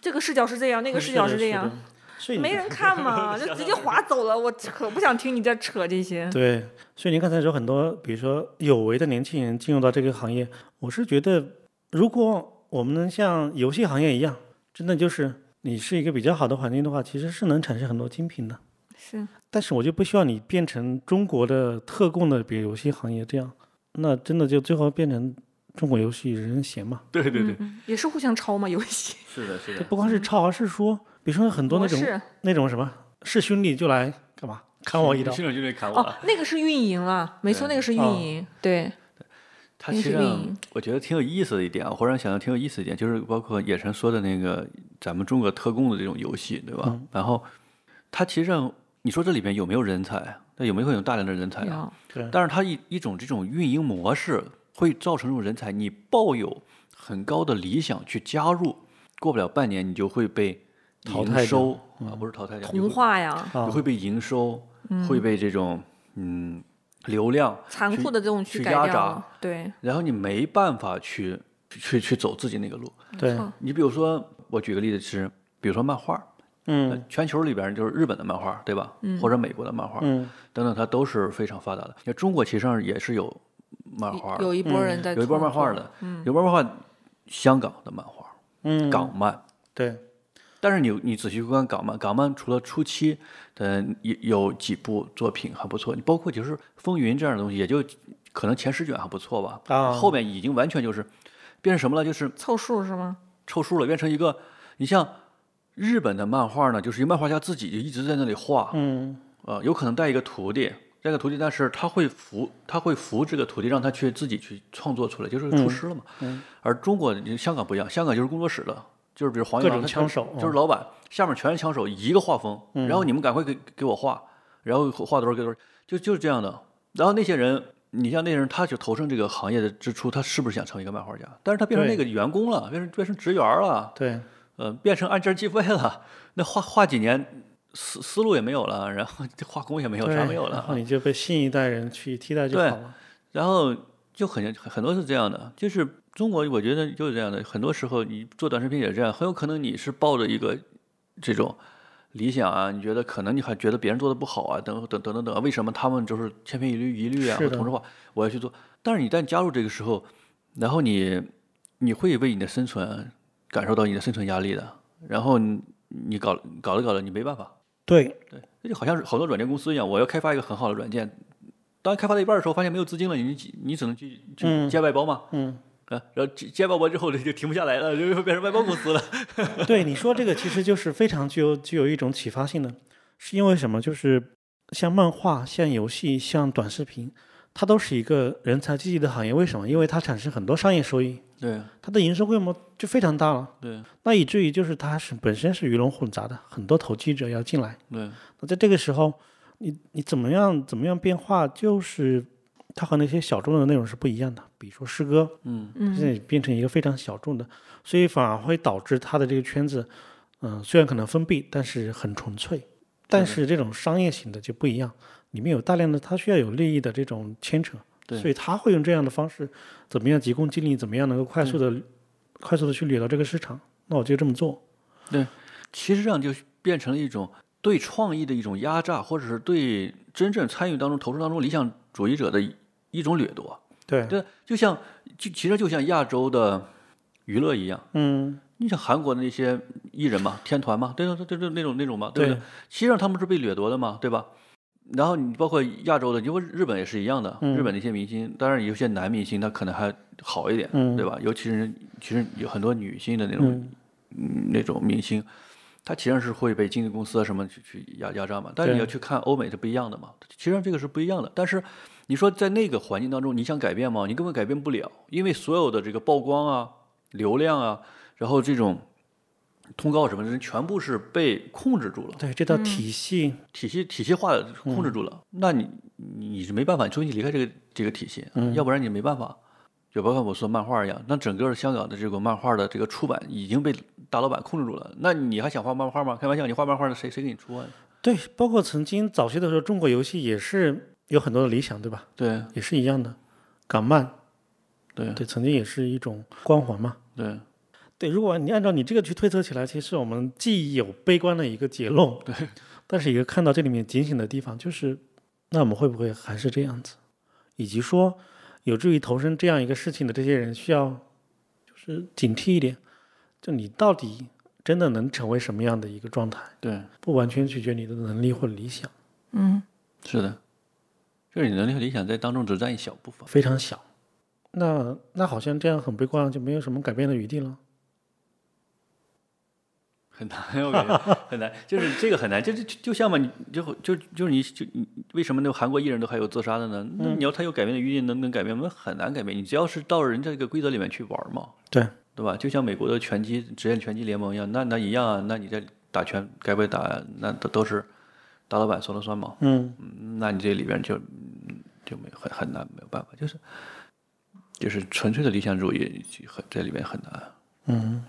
Speaker 3: 这个视角是这样，那个视角
Speaker 2: 是的
Speaker 3: 这
Speaker 2: 是
Speaker 3: 样
Speaker 2: 的， 所以你
Speaker 3: 没人看嘛，就直接划走了。我可不想听你在扯这些。
Speaker 2: 对，所以您刚才说很多，比如说有为的年轻人进入到这个行业，我是觉得，如果我们能像游戏行业一样，真的就是你是一个比较好的环境的话，其实是能产生很多精品的。
Speaker 3: 是
Speaker 2: 但是我就不希望你变成中国的特供的，比如游戏行业这样，那真的就最后变成中国游戏人人嫌嘛。
Speaker 1: 对对对，
Speaker 3: 嗯也是互相抄嘛，游戏
Speaker 1: 是的，是
Speaker 2: 这，不光是抄，而是说，比如说很多那
Speaker 3: 模
Speaker 2: 种
Speaker 3: 式
Speaker 2: 那种什么势兄弟就来干嘛砍我一刀，
Speaker 1: 训练就得砍我
Speaker 3: 哦
Speaker 1: 了。，
Speaker 3: 那个是运营了，没
Speaker 1: 对
Speaker 3: 错，那个是运
Speaker 2: 哦
Speaker 3: 营，对，
Speaker 1: 他
Speaker 3: 那
Speaker 1: 其实
Speaker 3: 是
Speaker 1: 上
Speaker 3: 运营
Speaker 1: 我觉得挺有意思的一点啊，忽然想到挺有意思的一点，就是包括野神说的那个咱们中国特供的这种游戏，对吧？
Speaker 2: 嗯
Speaker 1: 然后他其实上你说这里面有没有人才啊？那有没有有大量的人才啊？
Speaker 3: 有
Speaker 2: 对，
Speaker 1: 但是它一一种这种运营模式会造成这种人才，你抱有很高的理想去加入，过不了半年你就会被
Speaker 2: 淘
Speaker 1: 营
Speaker 2: 汰掉嗯
Speaker 1: 收啊，不是淘汰掉，你
Speaker 3: 童
Speaker 1: 会
Speaker 3: 话呀，
Speaker 2: 啊
Speaker 1: 你会被营收，会被这种嗯流量
Speaker 3: 残
Speaker 1: 去
Speaker 3: 酷的这种
Speaker 1: 去
Speaker 3: 改
Speaker 1: 压
Speaker 3: 掉
Speaker 1: 榨
Speaker 3: 了，对，
Speaker 1: 然后你没办法去去去走自己那个路。
Speaker 2: 对，
Speaker 3: 错
Speaker 1: 你比如说，我举个例子是，比如说漫画，
Speaker 2: 嗯
Speaker 1: 全球里边就是日本的漫画，对吧？或者美国的漫画，
Speaker 2: 嗯，
Speaker 1: 等等，它都是非常发达的。那中国其实上也是有漫画的，嗯
Speaker 3: 有一波人在
Speaker 1: 有一波漫画
Speaker 3: 创作，嗯
Speaker 1: 的，有波漫画，香港的漫画，
Speaker 2: 嗯，
Speaker 1: 港漫。
Speaker 2: 对，
Speaker 1: 但是你你仔细观看港漫，港漫除了初期的有有几部作品还不错，你包括就是《风云》这样的东西，也就可能前十卷还不错吧，
Speaker 2: 啊
Speaker 1: 后面已经完全就是变成什么了，就是
Speaker 3: 凑数是吗？
Speaker 1: 凑数了，变成一个你像日本的漫画呢，就是一个漫画家自己就一直在那里画，
Speaker 2: 嗯
Speaker 1: 呃，有可能带一个徒弟，带个徒弟，但是他会服，他会服这个徒弟，让他去自己去创作出来，
Speaker 2: 嗯
Speaker 1: 就是厨师了嘛。而中国、香港不一样，香港就是工作室的，就是比如黄玉
Speaker 2: 各
Speaker 1: 郎
Speaker 2: 种
Speaker 1: 啊他
Speaker 2: 枪手
Speaker 1: 就是老板，下面全是枪手，一个画风，然后你们赶快给给我画，然后画多少给多少，就就是这样的。然后那些人，你像那些人，他就投身这个行业的之初，他是不是想成为一个漫画家？但是他变成那个员工了，变成变成职员了，
Speaker 2: 对，
Speaker 1: 呃，变成按件儿计费了，那画画几年思思路也没有了，然后 这画工也没有，啥
Speaker 2: 对
Speaker 1: 没有
Speaker 2: 然后
Speaker 1: 了，
Speaker 2: 你就被新一代人去替代就
Speaker 1: 对
Speaker 2: 好了。
Speaker 1: 然后就很很很多是这样的，就是中国我觉得就是这样的，很多时候你做短视频也是这样，很有可能你是抱着一个这种理想啊，你觉得可能你还觉得别人做的不好啊，等等等等等，为什么他们就是千篇一律一律啊，
Speaker 2: 是
Speaker 1: 或
Speaker 2: 的
Speaker 1: 同质化，我要去做，但是你一旦加入这个时候，然后你你会为你的生存感受到你的生存压力的，然后你你搞搞着搞着你没办法，
Speaker 2: 对，
Speaker 1: 这就好像是好多软件公司一样，我要开发一个很好的软件，当开发到一半的时候，发现没有资金了，你只你只能去去
Speaker 2: 嗯
Speaker 1: 接外包嘛，
Speaker 2: 嗯，
Speaker 1: 啊，然后接接外包之后就停不下来了，就又变成外包公司了。
Speaker 2: 对，你说这个其实就是非常具有具有一种启发性的，是因为什么？就是像漫画、像游戏、像短视频，它都是一个人才济济的行业。为什么？因为它产生很多商业收益，
Speaker 1: 对
Speaker 2: 它的营收规模就非常大了。
Speaker 1: 对
Speaker 2: 那以至于就是它是本身是鱼龙混杂的，很多投机者要进来。
Speaker 1: 对，
Speaker 2: 那在这个时候，你你怎么样怎么样变化，就是它和那些小众的内容是不一样的。比如说诗歌，
Speaker 1: 嗯，
Speaker 3: 嗯
Speaker 2: 现在变成一个非常小众的，所以反而会导致它的这个圈子，嗯、虽然可能封闭，但是很纯粹。但是这种商业型的就不一样，里面有大量的它需要有利益的这种牵扯，
Speaker 1: 对
Speaker 2: 所以他会用这样的方式，怎么样急功近利，怎么样能够快速的、快速的去掠到这个市场，那我就这么做。
Speaker 1: 其实这样就变成了一种对创意的一种压榨，或者是对真正参与当中投入当中理想主义者的一一种掠夺。
Speaker 2: 对，
Speaker 1: 对，就像就其实就像亚洲的娱乐一样，
Speaker 2: 嗯，
Speaker 1: 你像韩国的那些艺人嘛，天团嘛，对对对对对，那种那种嘛，对不
Speaker 2: 对
Speaker 1: 其实际上他们是被掠夺的嘛，对吧？然后你包括亚洲的，因为日本也是一样的，
Speaker 2: 嗯
Speaker 1: 日本的一些明星，当然有些男明星他可能还好一点，
Speaker 2: 嗯
Speaker 1: 对吧？尤其是其实有很多女性的那种、
Speaker 2: 嗯，
Speaker 1: 嗯那种明星，他其实是会被经纪公司啊什么去去压压榨嘛。但是
Speaker 2: 对
Speaker 1: 你要去看欧美是不一样的嘛，其实上这个是不一样的。但是你说在那个环境当中，你想改变吗？你根本改变不了，因为所有的这个曝光啊、流量啊，然后这种通告什么的，人全部是被控制住了，
Speaker 2: 对这套体系，
Speaker 1: 体系体系化的控制住了。那你你你是没办法，除非你离开这个这个体系，
Speaker 2: 嗯
Speaker 1: 要不然你没办法。就包括我说漫画一样，那整个香港的这个漫画的这个出版已经被大老板控制住了。那你还想画漫画吗？开玩笑，你画漫画的谁谁给你出啊？
Speaker 2: 对，包括曾经早期的时候，中国游戏也是有很多的理想，对吧？
Speaker 1: 对
Speaker 2: 也是一样的，港漫
Speaker 1: 对
Speaker 2: 对，曾经也是一种光环嘛。
Speaker 1: 对
Speaker 2: 对，如果你按照你这个去推测起来，其实我们既有悲观的一个结论，对，但是也看到这里面警醒的地方，就是那我们会不会还是这样子，以及说有助于投身这样一个事情的这些人，需要就是警惕一点，就你到底真的能成为什么样的一个状态，
Speaker 1: 对，
Speaker 2: 不完全取决你的能力或理想，
Speaker 3: 嗯，
Speaker 1: 是的，就是你能力和理想在当中只占一小部分。
Speaker 2: 非常小。那那好像这样很悲观，就没有什么改变的余地了。
Speaker 1: 很难， 我感觉很难，就是这个很难，就是就就像嘛，你就就就是你就你为什么那个韩国艺人都还有自杀的呢？那你要他有改变的余地，能能改变吗？很难改变，你只要是到人家这个规则里面去玩嘛，
Speaker 2: 对
Speaker 1: 对吧？就像美国的拳击职业拳击联盟一样，那那一样啊，那你这打拳该不该打，那都都是大老板说了算嘛。
Speaker 2: 嗯，
Speaker 1: 嗯那你这里边就嗯就没有很很难，没有办法，就是就是纯粹的理想主义很在里面很难。
Speaker 2: 嗯，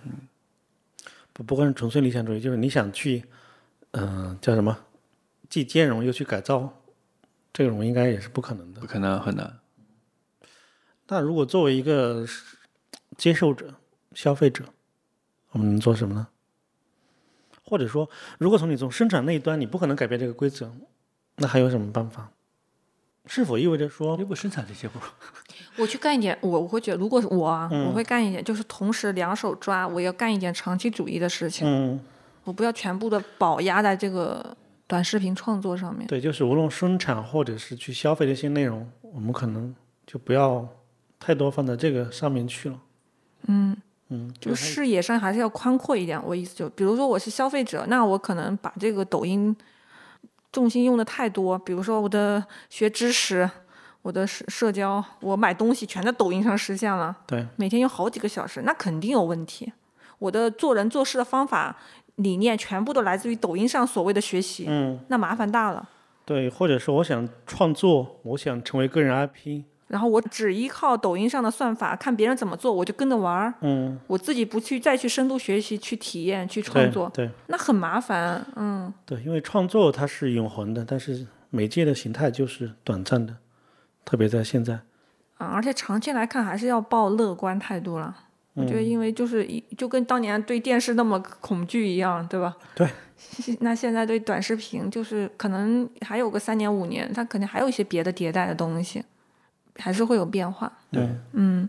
Speaker 2: 不不光是纯粹理想主义，就是你想去，嗯、叫什么，既兼容又去改造，这种应该也是不可能的。
Speaker 1: 不可能，很难。
Speaker 2: 那如果作为一个是接受者、消费者，我们能做什么呢？或者说，如果从你从生产那一端，你不可能改变这个规则，那还有什么办法？是否意味着说，
Speaker 1: 要不生产这些不
Speaker 3: 我去干一点，我我会觉得，如果是我啊，
Speaker 2: 嗯
Speaker 3: 我会干一点，就是同时两手抓，我要干一点长期主义的事情，
Speaker 2: 嗯，
Speaker 3: 我不要全部的饱压在这个短视频创作上面。
Speaker 2: 对，就是无论生产或者是去消费这些内容，我们可能就不要太多放在这个上面去了。
Speaker 3: 嗯，
Speaker 2: 嗯，
Speaker 3: 就视野上还是要宽阔一点。我意思就，比如说我是消费者，那我可能把这个抖音重心用的太多，比如说我的学知识、我的社社交、我买东西全在抖音上实现了，
Speaker 2: 对，
Speaker 3: 每天用好几个小时，那肯定有问题。我的做人做事的方法、理念全部都来自于抖音上所谓的学习，
Speaker 2: 嗯，
Speaker 3: 那麻烦大了。
Speaker 2: 对，或者说我想创作，我想成为个人 IP，
Speaker 3: 然后我只依靠抖音上的算法，看别人怎么做，我就跟着玩儿，
Speaker 2: 嗯，
Speaker 3: 我自己不去再去深度学习、去体验、去创
Speaker 2: 对
Speaker 3: 作，
Speaker 2: 对
Speaker 3: 那很麻烦，嗯，
Speaker 2: 对，因为创作它是永恒的，但是媒介的形态就是短暂的，特别在现在，
Speaker 3: 啊，而且长期来看还是要抱乐观态度了。我觉得，因为就是一就跟当年对电视那么恐惧一样，对吧？
Speaker 2: 对。
Speaker 3: 那现在对短视频，就是可能还有个三年五年，它肯定还有一些别的迭代的东西，还是会有变化。
Speaker 1: 对
Speaker 3: 嗯，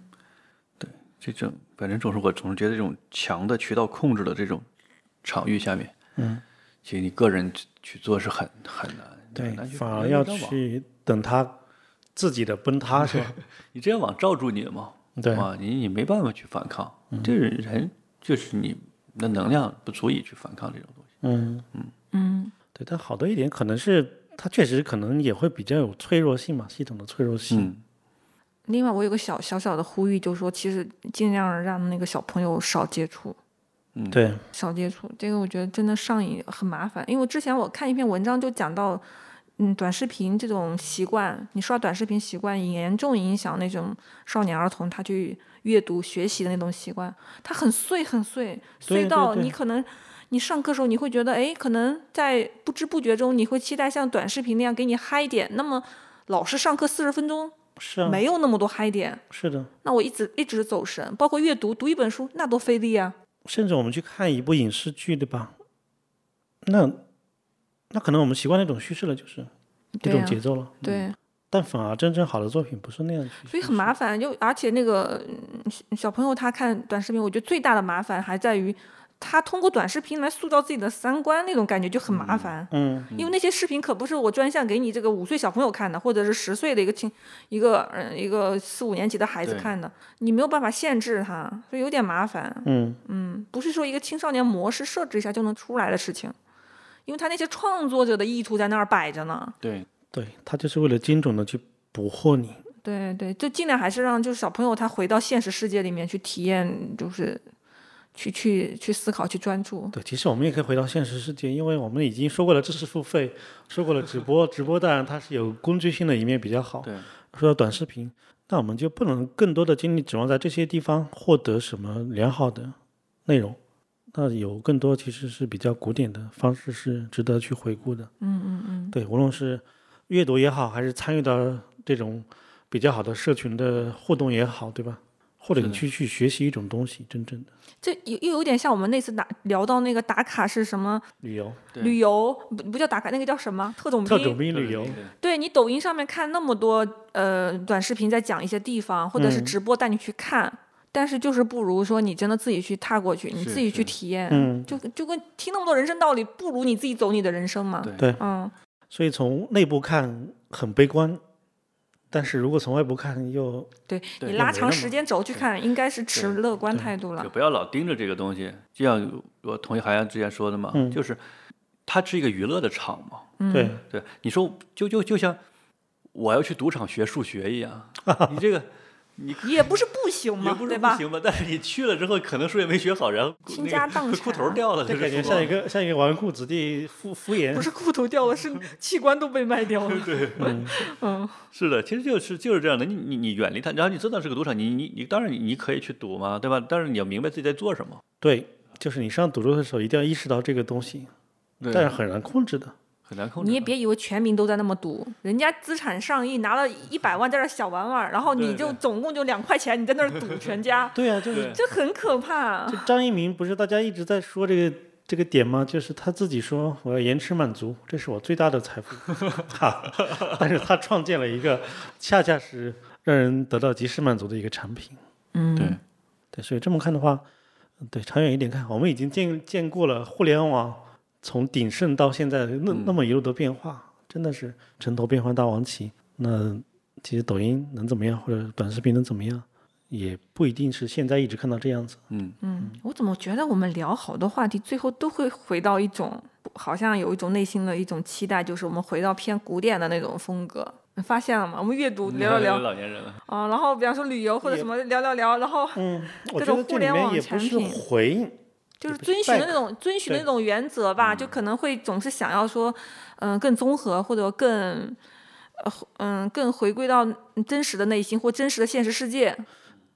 Speaker 1: 这种，反正总是我总是觉得这种强的渠道控制的这种场域下面，
Speaker 2: 嗯，
Speaker 1: 其实你个人去去做是很很难，
Speaker 2: 对
Speaker 1: 很难，去
Speaker 2: 反
Speaker 1: 很
Speaker 2: 而
Speaker 1: 难
Speaker 2: 要
Speaker 1: 去张网
Speaker 2: 去等它自己的崩塌，是 吧？
Speaker 1: 你这样网罩住你了嘛，
Speaker 2: 对嗯
Speaker 1: 啊，你你没办法去反抗，这人就是你的能量不足以去反抗这种东西，
Speaker 2: 嗯，
Speaker 3: 嗯，
Speaker 2: 对，但好的一点可能是它确实可能也会比较有脆弱性嘛，系统的脆弱性。
Speaker 1: 嗯，
Speaker 3: 另外我有个小小小的呼吁，就是说，其实尽量让那个小朋友少接触，嗯
Speaker 2: 对，
Speaker 3: 少接触，这个我觉得真的上瘾很麻烦。因为我之前我看一篇文章就讲到，嗯，短视频这种习惯，你刷短视频习惯严重影响那种少年儿童他去阅读学习的那种习惯，它很碎很碎，
Speaker 2: 对
Speaker 3: 碎
Speaker 2: 对
Speaker 3: 到
Speaker 2: 对
Speaker 3: 你可能你上课时候你会觉得，哎，可能在不知不觉中你会期待像短视频那样给你嗨点，那么老师上课四十分钟
Speaker 2: 是啊，
Speaker 3: 没有那么多嗨点，
Speaker 2: 是的，
Speaker 3: 那我一直一直走神，包括阅读，读一本书那多费力啊。
Speaker 2: 甚至我们去看一部影视剧，对吧？那那可能我们习惯那种叙事了，就是那
Speaker 3: 对
Speaker 2: 种
Speaker 3: 啊
Speaker 2: 节奏嗯了。
Speaker 3: 对，
Speaker 2: 但反而真正好的作品不是那样去叙事，
Speaker 3: 所以很麻烦。就而且那个嗯小小朋友他看短视频，我觉得最大的麻烦还在于他通过短视频来塑造自己的三观，那种感觉就很麻烦。
Speaker 2: 嗯，
Speaker 3: 因为那些视频可不是我专项给你这个五岁小朋友看的，或者是十岁的一个青一个嗯一个四五年级的孩子
Speaker 1: 对
Speaker 3: 看的，你没有办法限制他，所以有点麻烦。
Speaker 2: 嗯，
Speaker 3: 嗯，不是说一个青少年模式设置一下就能出来的事情，因为他那些创作者的意图在那儿摆着呢。
Speaker 1: 对，
Speaker 2: 对他就是为了精准的去捕获你。
Speaker 3: 对对，就尽量还是让就是小朋友他回到现实世界里面去体验，就是去去去思考、去专注。
Speaker 2: 对，其实我们也可以回到现实世界，因为我们已经说过了知识付费，说过了直播，直播当然它是有工具性的一面比较好。
Speaker 1: 对，
Speaker 2: 说到短视频，那我们就不能更多的精力指望在这些地方获得什么良好的内容。那有更多其实是比较古典的方式是值得去回顾的。
Speaker 3: 嗯嗯嗯，
Speaker 2: 对，无论是阅读也好，还是参与到这种比较好的社群的互动也好，对吧？或者
Speaker 1: 是
Speaker 2: 你
Speaker 1: 的
Speaker 2: 去去学习一种东西，真正的
Speaker 3: 这又又有点像我们那次打聊到那个打卡是什么
Speaker 2: 旅游，
Speaker 1: 对
Speaker 3: 旅游，不不叫打卡，那个叫什么特种兵？
Speaker 2: 特种兵旅游，
Speaker 1: 对对
Speaker 3: 对你抖音上面看那么多呃短视频在讲一些地方，或者是
Speaker 2: 嗯
Speaker 3: 直播带你去看，但是就是不如说你真的自己去踏过去，你
Speaker 1: 是
Speaker 3: 自己去
Speaker 1: 是
Speaker 3: 体验，
Speaker 2: 嗯，
Speaker 3: 就就跟听那么多人生道理，不如你自己走你的人生嘛。
Speaker 1: 对
Speaker 2: 啊对
Speaker 3: 嗯，
Speaker 2: 所以从内部看很悲观，但是如果从外部看又
Speaker 3: 对
Speaker 1: 对
Speaker 3: 你
Speaker 1: 又
Speaker 3: 拉
Speaker 2: 没
Speaker 3: 长
Speaker 2: 那
Speaker 3: 时
Speaker 2: 么
Speaker 3: 间轴去看，应该是持
Speaker 1: 对
Speaker 3: 乐观
Speaker 2: 对
Speaker 3: 态度了
Speaker 1: 就。不要老盯着这个东西。就像我同学海洋之前说的嘛，
Speaker 2: 嗯
Speaker 1: 就是它是一个娱乐的场嘛。
Speaker 3: 嗯，
Speaker 2: 对，
Speaker 1: 对，你说就就就像我要去赌场学数学一 样，你这个
Speaker 3: 也不是不行
Speaker 1: 也
Speaker 3: 嘛，
Speaker 1: 不
Speaker 3: 嗯
Speaker 1: 是
Speaker 3: 对
Speaker 1: 不
Speaker 3: 吧？
Speaker 1: 行吧？但是你去了之后，可能数学没学好，然后
Speaker 3: 倾
Speaker 1: 那
Speaker 3: 家
Speaker 1: 个
Speaker 3: 荡
Speaker 1: 裤
Speaker 3: 产
Speaker 1: 头掉了，
Speaker 2: 这
Speaker 1: 就
Speaker 2: 感觉
Speaker 1: 输
Speaker 2: 像
Speaker 1: 光
Speaker 2: 一个像一个纨绔子弟敷敷衍
Speaker 3: 不，是裤头掉了，是器官都被卖 掉了。对，嗯，
Speaker 1: 是的，其实就是就是这样的。你你你远离它，然后你知道是个赌场，你你你当然你你可以去赌嘛，对吧？但是你要明白自己在做什么。
Speaker 2: 对，就是你上赌桌的时候一定要意识到这个东西，
Speaker 1: 对
Speaker 2: 但是很难控制的。
Speaker 1: 很难控制。
Speaker 3: 你也别以为全民都在那么赌，人家资产上亿，拿了一百万在这儿小玩玩，然后你
Speaker 1: 对
Speaker 3: 就
Speaker 1: 对
Speaker 3: 总共就两块钱，你在那儿赌 全家，
Speaker 2: 对啊，就是
Speaker 1: 对
Speaker 3: 这很可怕。啊
Speaker 2: 就张一鸣不是大家一直在说这个这个点吗？就是他自己说我要延迟满足，这是我最大的财 富，哈，但是他创建了一个恰恰是让人得到及时满足的一个产品。
Speaker 3: 嗯，
Speaker 1: 对
Speaker 2: 对，所以这么看的话，嗯对，长远一点看，我们已经见见过了互联网从鼎盛到现在那那么一路的变化，真的是城头变换大王旗。那其实抖音能怎么样，或者短视频能怎么样，也不一定是现在一直看到这样子。
Speaker 1: 嗯，
Speaker 3: 嗯，我怎么觉得我们聊好多话题，最后都会回到一种好像有一种内心的一种期待，就是我们回到偏古典的那种风格。你发现了吗？我们阅
Speaker 1: 嗯
Speaker 3: 读嗯聊聊聊
Speaker 1: 老年人了。
Speaker 3: 啊，然后比方说旅游或者什么聊聊聊，然后
Speaker 2: 嗯，我
Speaker 3: 各
Speaker 2: 觉
Speaker 3: 种
Speaker 2: 得这
Speaker 3: 互
Speaker 2: 里
Speaker 3: 联
Speaker 2: 面
Speaker 3: 网
Speaker 2: 也不
Speaker 3: 产
Speaker 2: 是
Speaker 3: 品
Speaker 2: 回应，
Speaker 3: 就是
Speaker 2: 不
Speaker 3: 遵循的
Speaker 2: 带
Speaker 3: 那种遵循的
Speaker 2: 对嗯
Speaker 3: 那种原则吧，就可能会总是想要说，嗯、更综合或者更，呃，嗯、更回归到真实的内心或真实的现实世界。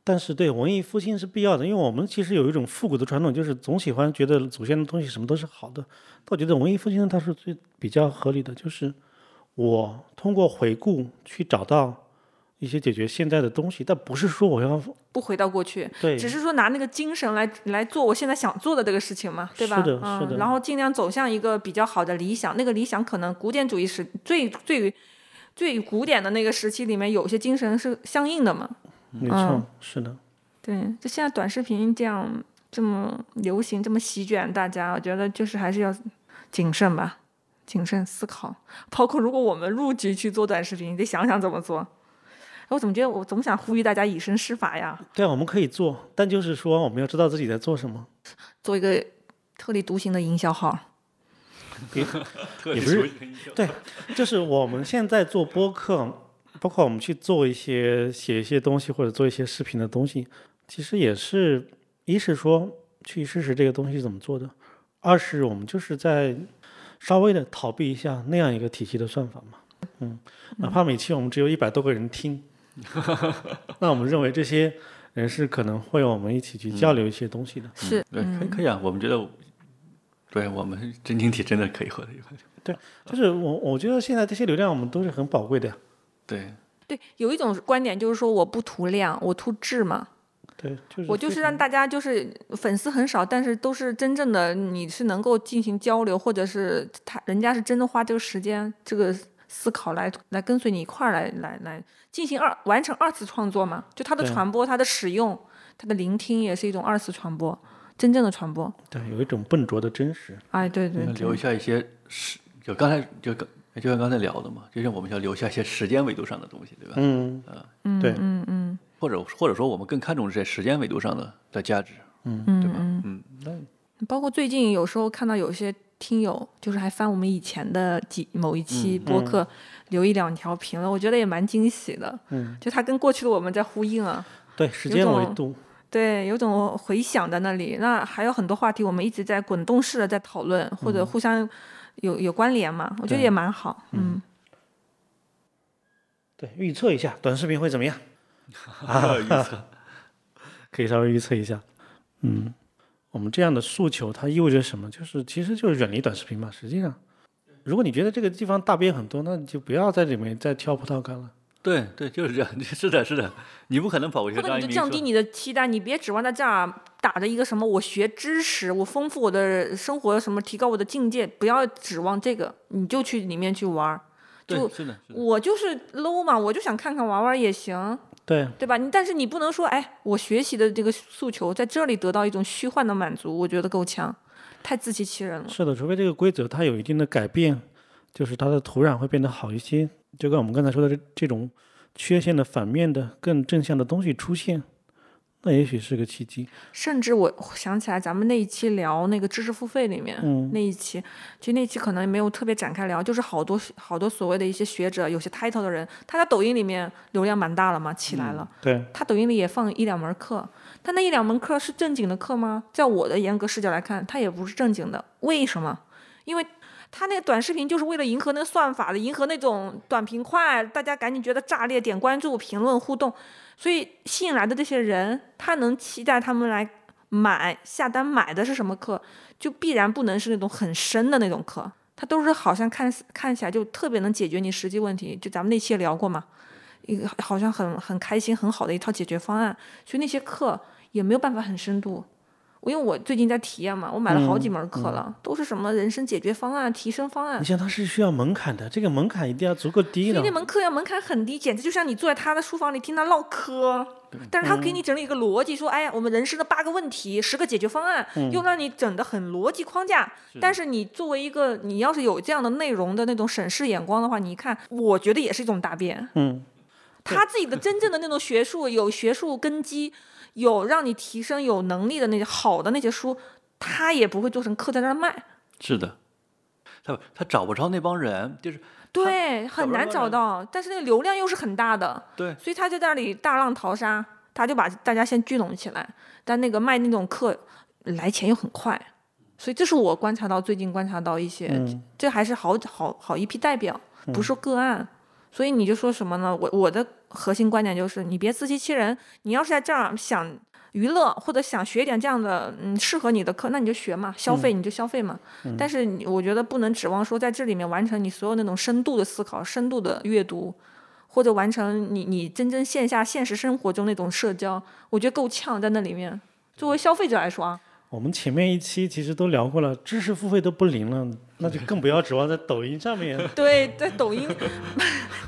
Speaker 2: 但是对文艺复兴是必要的，因为我们其实有一种复古的传统，就是总喜欢觉得祖先的东西什么都是好的。但我觉得文艺复兴它是最比较合理的，就是我通过回顾去找到一些解决现在的东西，但不是说我要
Speaker 3: 不回到过去，
Speaker 2: 对
Speaker 3: 只是说拿那个精神来来做我现在想做的这个事情嘛，对吧？
Speaker 2: 是的是的
Speaker 3: 嗯，然后尽量走向一个比较好的理想，那个理想可能古典主义时最最最古典的那个时期里面有些精神是相应的嘛，
Speaker 2: 没错，
Speaker 3: 嗯
Speaker 2: 是的，
Speaker 3: 对，就现在短视频这样这么流行，这么席卷大家，我觉得就是还是要谨慎吧，谨慎思考。包括如果我们入局去做短视频，你得想想怎么做。哎我怎么觉得我总想呼吁大家以身试法呀，
Speaker 2: 对啊，我们可以做，但就是说我们要知道自己在做什么，
Speaker 3: 做一个特立独行的营销号。
Speaker 1: 特
Speaker 2: 也
Speaker 1: 别
Speaker 2: 不是
Speaker 1: 熟悉
Speaker 2: 对，就是我们现在做播客，包括我们去做一些写一些东西或者做一些视频的东西，其实也是一是说去试试这个东西怎么做的，二是我们就是在稍微的逃避一下那样一个体系的算法嘛。嗯，哪怕每期我们只有一百多个人听，那我们认为这些人是可能会我们一起去交流一些东西的。
Speaker 3: 是，
Speaker 1: 对，
Speaker 3: 嗯
Speaker 1: 可以可以啊，我们觉得，对我们真晶体真的可以喝的一款。
Speaker 2: 就是我我觉得现在这些流量我们都是很宝贵的呀。
Speaker 1: 对，
Speaker 3: 对，有一种观点就是说我不图量，我图质嘛。
Speaker 2: 对，就是
Speaker 3: 我就
Speaker 2: 非
Speaker 3: 是
Speaker 2: 常
Speaker 3: 让大家就是粉丝很少，但是都是真正的，你是能够进行交流，或者是他人家是真的花这个时间、这个思考来来跟随你一块儿来来来进行二完成二次创作嘛？就它的
Speaker 2: 对
Speaker 3: 传播、它的使用、它的聆听也是一种二次传播，真正的传播。
Speaker 2: 对，有一种笨拙的真实。
Speaker 3: 哎，对对对，
Speaker 1: 留下一些时，就刚才就刚就像刚才聊的嘛，就是我们要留下一些时间维度上的东西，对吧？
Speaker 2: 嗯，
Speaker 3: 嗯
Speaker 2: 对
Speaker 3: 嗯嗯
Speaker 1: 或者或者说我们更看重这时间维度上的的价值，
Speaker 3: 嗯
Speaker 1: 对吧？
Speaker 3: 嗯，
Speaker 1: 嗯，
Speaker 3: 包括最近有时候看到有些听友就是还翻我们以前的几某一期
Speaker 2: 嗯
Speaker 3: 播客，留一两条评论，我觉得也蛮惊喜的。
Speaker 2: 嗯，
Speaker 3: 就它跟过去的我们在呼应啊，
Speaker 2: 对，时
Speaker 3: 有
Speaker 2: 间
Speaker 3: 种
Speaker 2: 维度，
Speaker 3: 对，有种回响在那里。那还有很多话题我们一直在滚动式的在讨论，或者互相有有关联嘛，我觉得
Speaker 2: 对
Speaker 3: 也蛮好。嗯，
Speaker 2: 对，预测一下短视频会怎么样，
Speaker 3: 啊
Speaker 1: 预测，
Speaker 2: 可以稍微预测一下。嗯，我们这样的诉求它意味着什么？就是其实就是远离短视频嘛。实际上，如果你觉得这个地方大便很多，那你就不要在里面再挑葡萄干了。
Speaker 1: 对对，就是这样， 是的，是的，你不可能跑过去
Speaker 3: 或
Speaker 1: 和
Speaker 3: 者
Speaker 1: 张一
Speaker 3: 你就
Speaker 1: 鸣
Speaker 3: 降低
Speaker 1: 说，
Speaker 3: 你的期待，你别指望在这儿打着一个什么我学知识，我丰富我的生活，什么提高我的境界，不要指望这个，你就去里面去玩儿。
Speaker 1: 对
Speaker 3: 就，
Speaker 1: 是的，是的，
Speaker 3: 我就是 low 嘛，我就想看看玩玩也行，
Speaker 2: 对，
Speaker 3: 对吧？你但是你不能说，哎，我学习的这个诉求在这里得到一种虚幻的满足，我觉得够呛，太自欺欺人了。
Speaker 2: 是的，除非这个规则它有一定的改变，就是它的土壤会变得好一些，就跟我们刚才说的这这种缺陷的反面的更正向的东西出现，那也许是个契机。
Speaker 3: 甚至我想起来，咱们那一期聊那个知识付费里面，
Speaker 2: 嗯
Speaker 3: 那一期，其实那一期可能没有特别展开聊，就是好多好多所谓的一些学者，有些 title 的人，他在抖音里面流量蛮大了嘛，起来了。
Speaker 2: 对，
Speaker 3: 他抖音里也放一两门课，但那一两门课是正经的课吗？在我的严格视角来看，它也不是正经的。为什么？因为他那个短视频就是为了迎合那个算法的，迎合那种短平快，大家赶紧觉得炸裂，点关注、评论、互动，所以吸引来的这些人，他能期待他们来买下单买的是什么课，就必然不能是那种很深的那种课。它都是好像看似看起来就特别能解决你实际问题，就咱们那期也聊过嘛，一个好像很很开心、很好的一套解决方案，所以那些课也没有办法很深度。我因为我最近在体验嘛，我买了好几门课了，都是什么人生解决方案、提升方案
Speaker 2: 你，想它是需要门槛的，这个门槛一定要足够低
Speaker 3: 所以
Speaker 2: 的
Speaker 3: 那。门课要门槛很低，简直就像你坐在他的书房里听他唠嗑。但是他给你整理一个逻辑，说，哎呀，我们人生的八个问题，十个解决方案，又让你整得很逻辑框架。但是你作为一个，你要是有这样的内容的那种审视眼光的话，你一看，我觉得也是一种大便。
Speaker 2: 嗯，
Speaker 3: 他自己的真正的那种学术，有学术根基，有让你提升有能力的那些好的那些书，他也不会做成课在那儿卖。
Speaker 1: 是的，他他找不着那帮人，就是
Speaker 3: 对，
Speaker 1: 找
Speaker 3: 很
Speaker 1: 不着
Speaker 3: 难
Speaker 1: 那
Speaker 3: 找
Speaker 1: 人
Speaker 3: 到，但是那个流量又是很大的。
Speaker 1: 对，
Speaker 3: 所以他就在那里大浪淘沙，他就把大家先聚拢起来。但那个卖那种课来钱又很快，所以这是我观察到最近观察到一些，
Speaker 2: 嗯
Speaker 3: 这还是好好好一批代表，不是个案。所以你就说什么呢？我我的核心观点就是，你别自欺欺人。你要是在这儿想娱乐或者想学一点这样的，嗯，适合你的课，那你就学嘛，消费你就消费嘛。但是你我觉得不能指望说在这里面完成你所有那种深度的思考、深度的阅读，或者完成你你真正线下现实生活中那种社交，我觉得够呛。在那里面，作为消费者来说啊，
Speaker 2: 我们前面一期其实都聊过了，知识付费都不灵了，那就更不要指望在抖音上面。
Speaker 3: 对，在抖音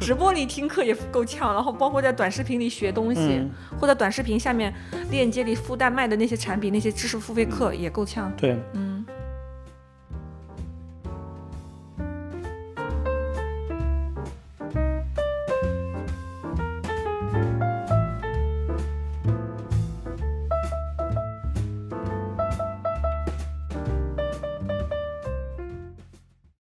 Speaker 3: 直播里听课也够呛，然后包括在短视频里学东西，
Speaker 2: 嗯，
Speaker 3: 或者短视频下面链接里附带卖的那些产品、那些知识付费课也够呛。
Speaker 2: 对，
Speaker 3: 嗯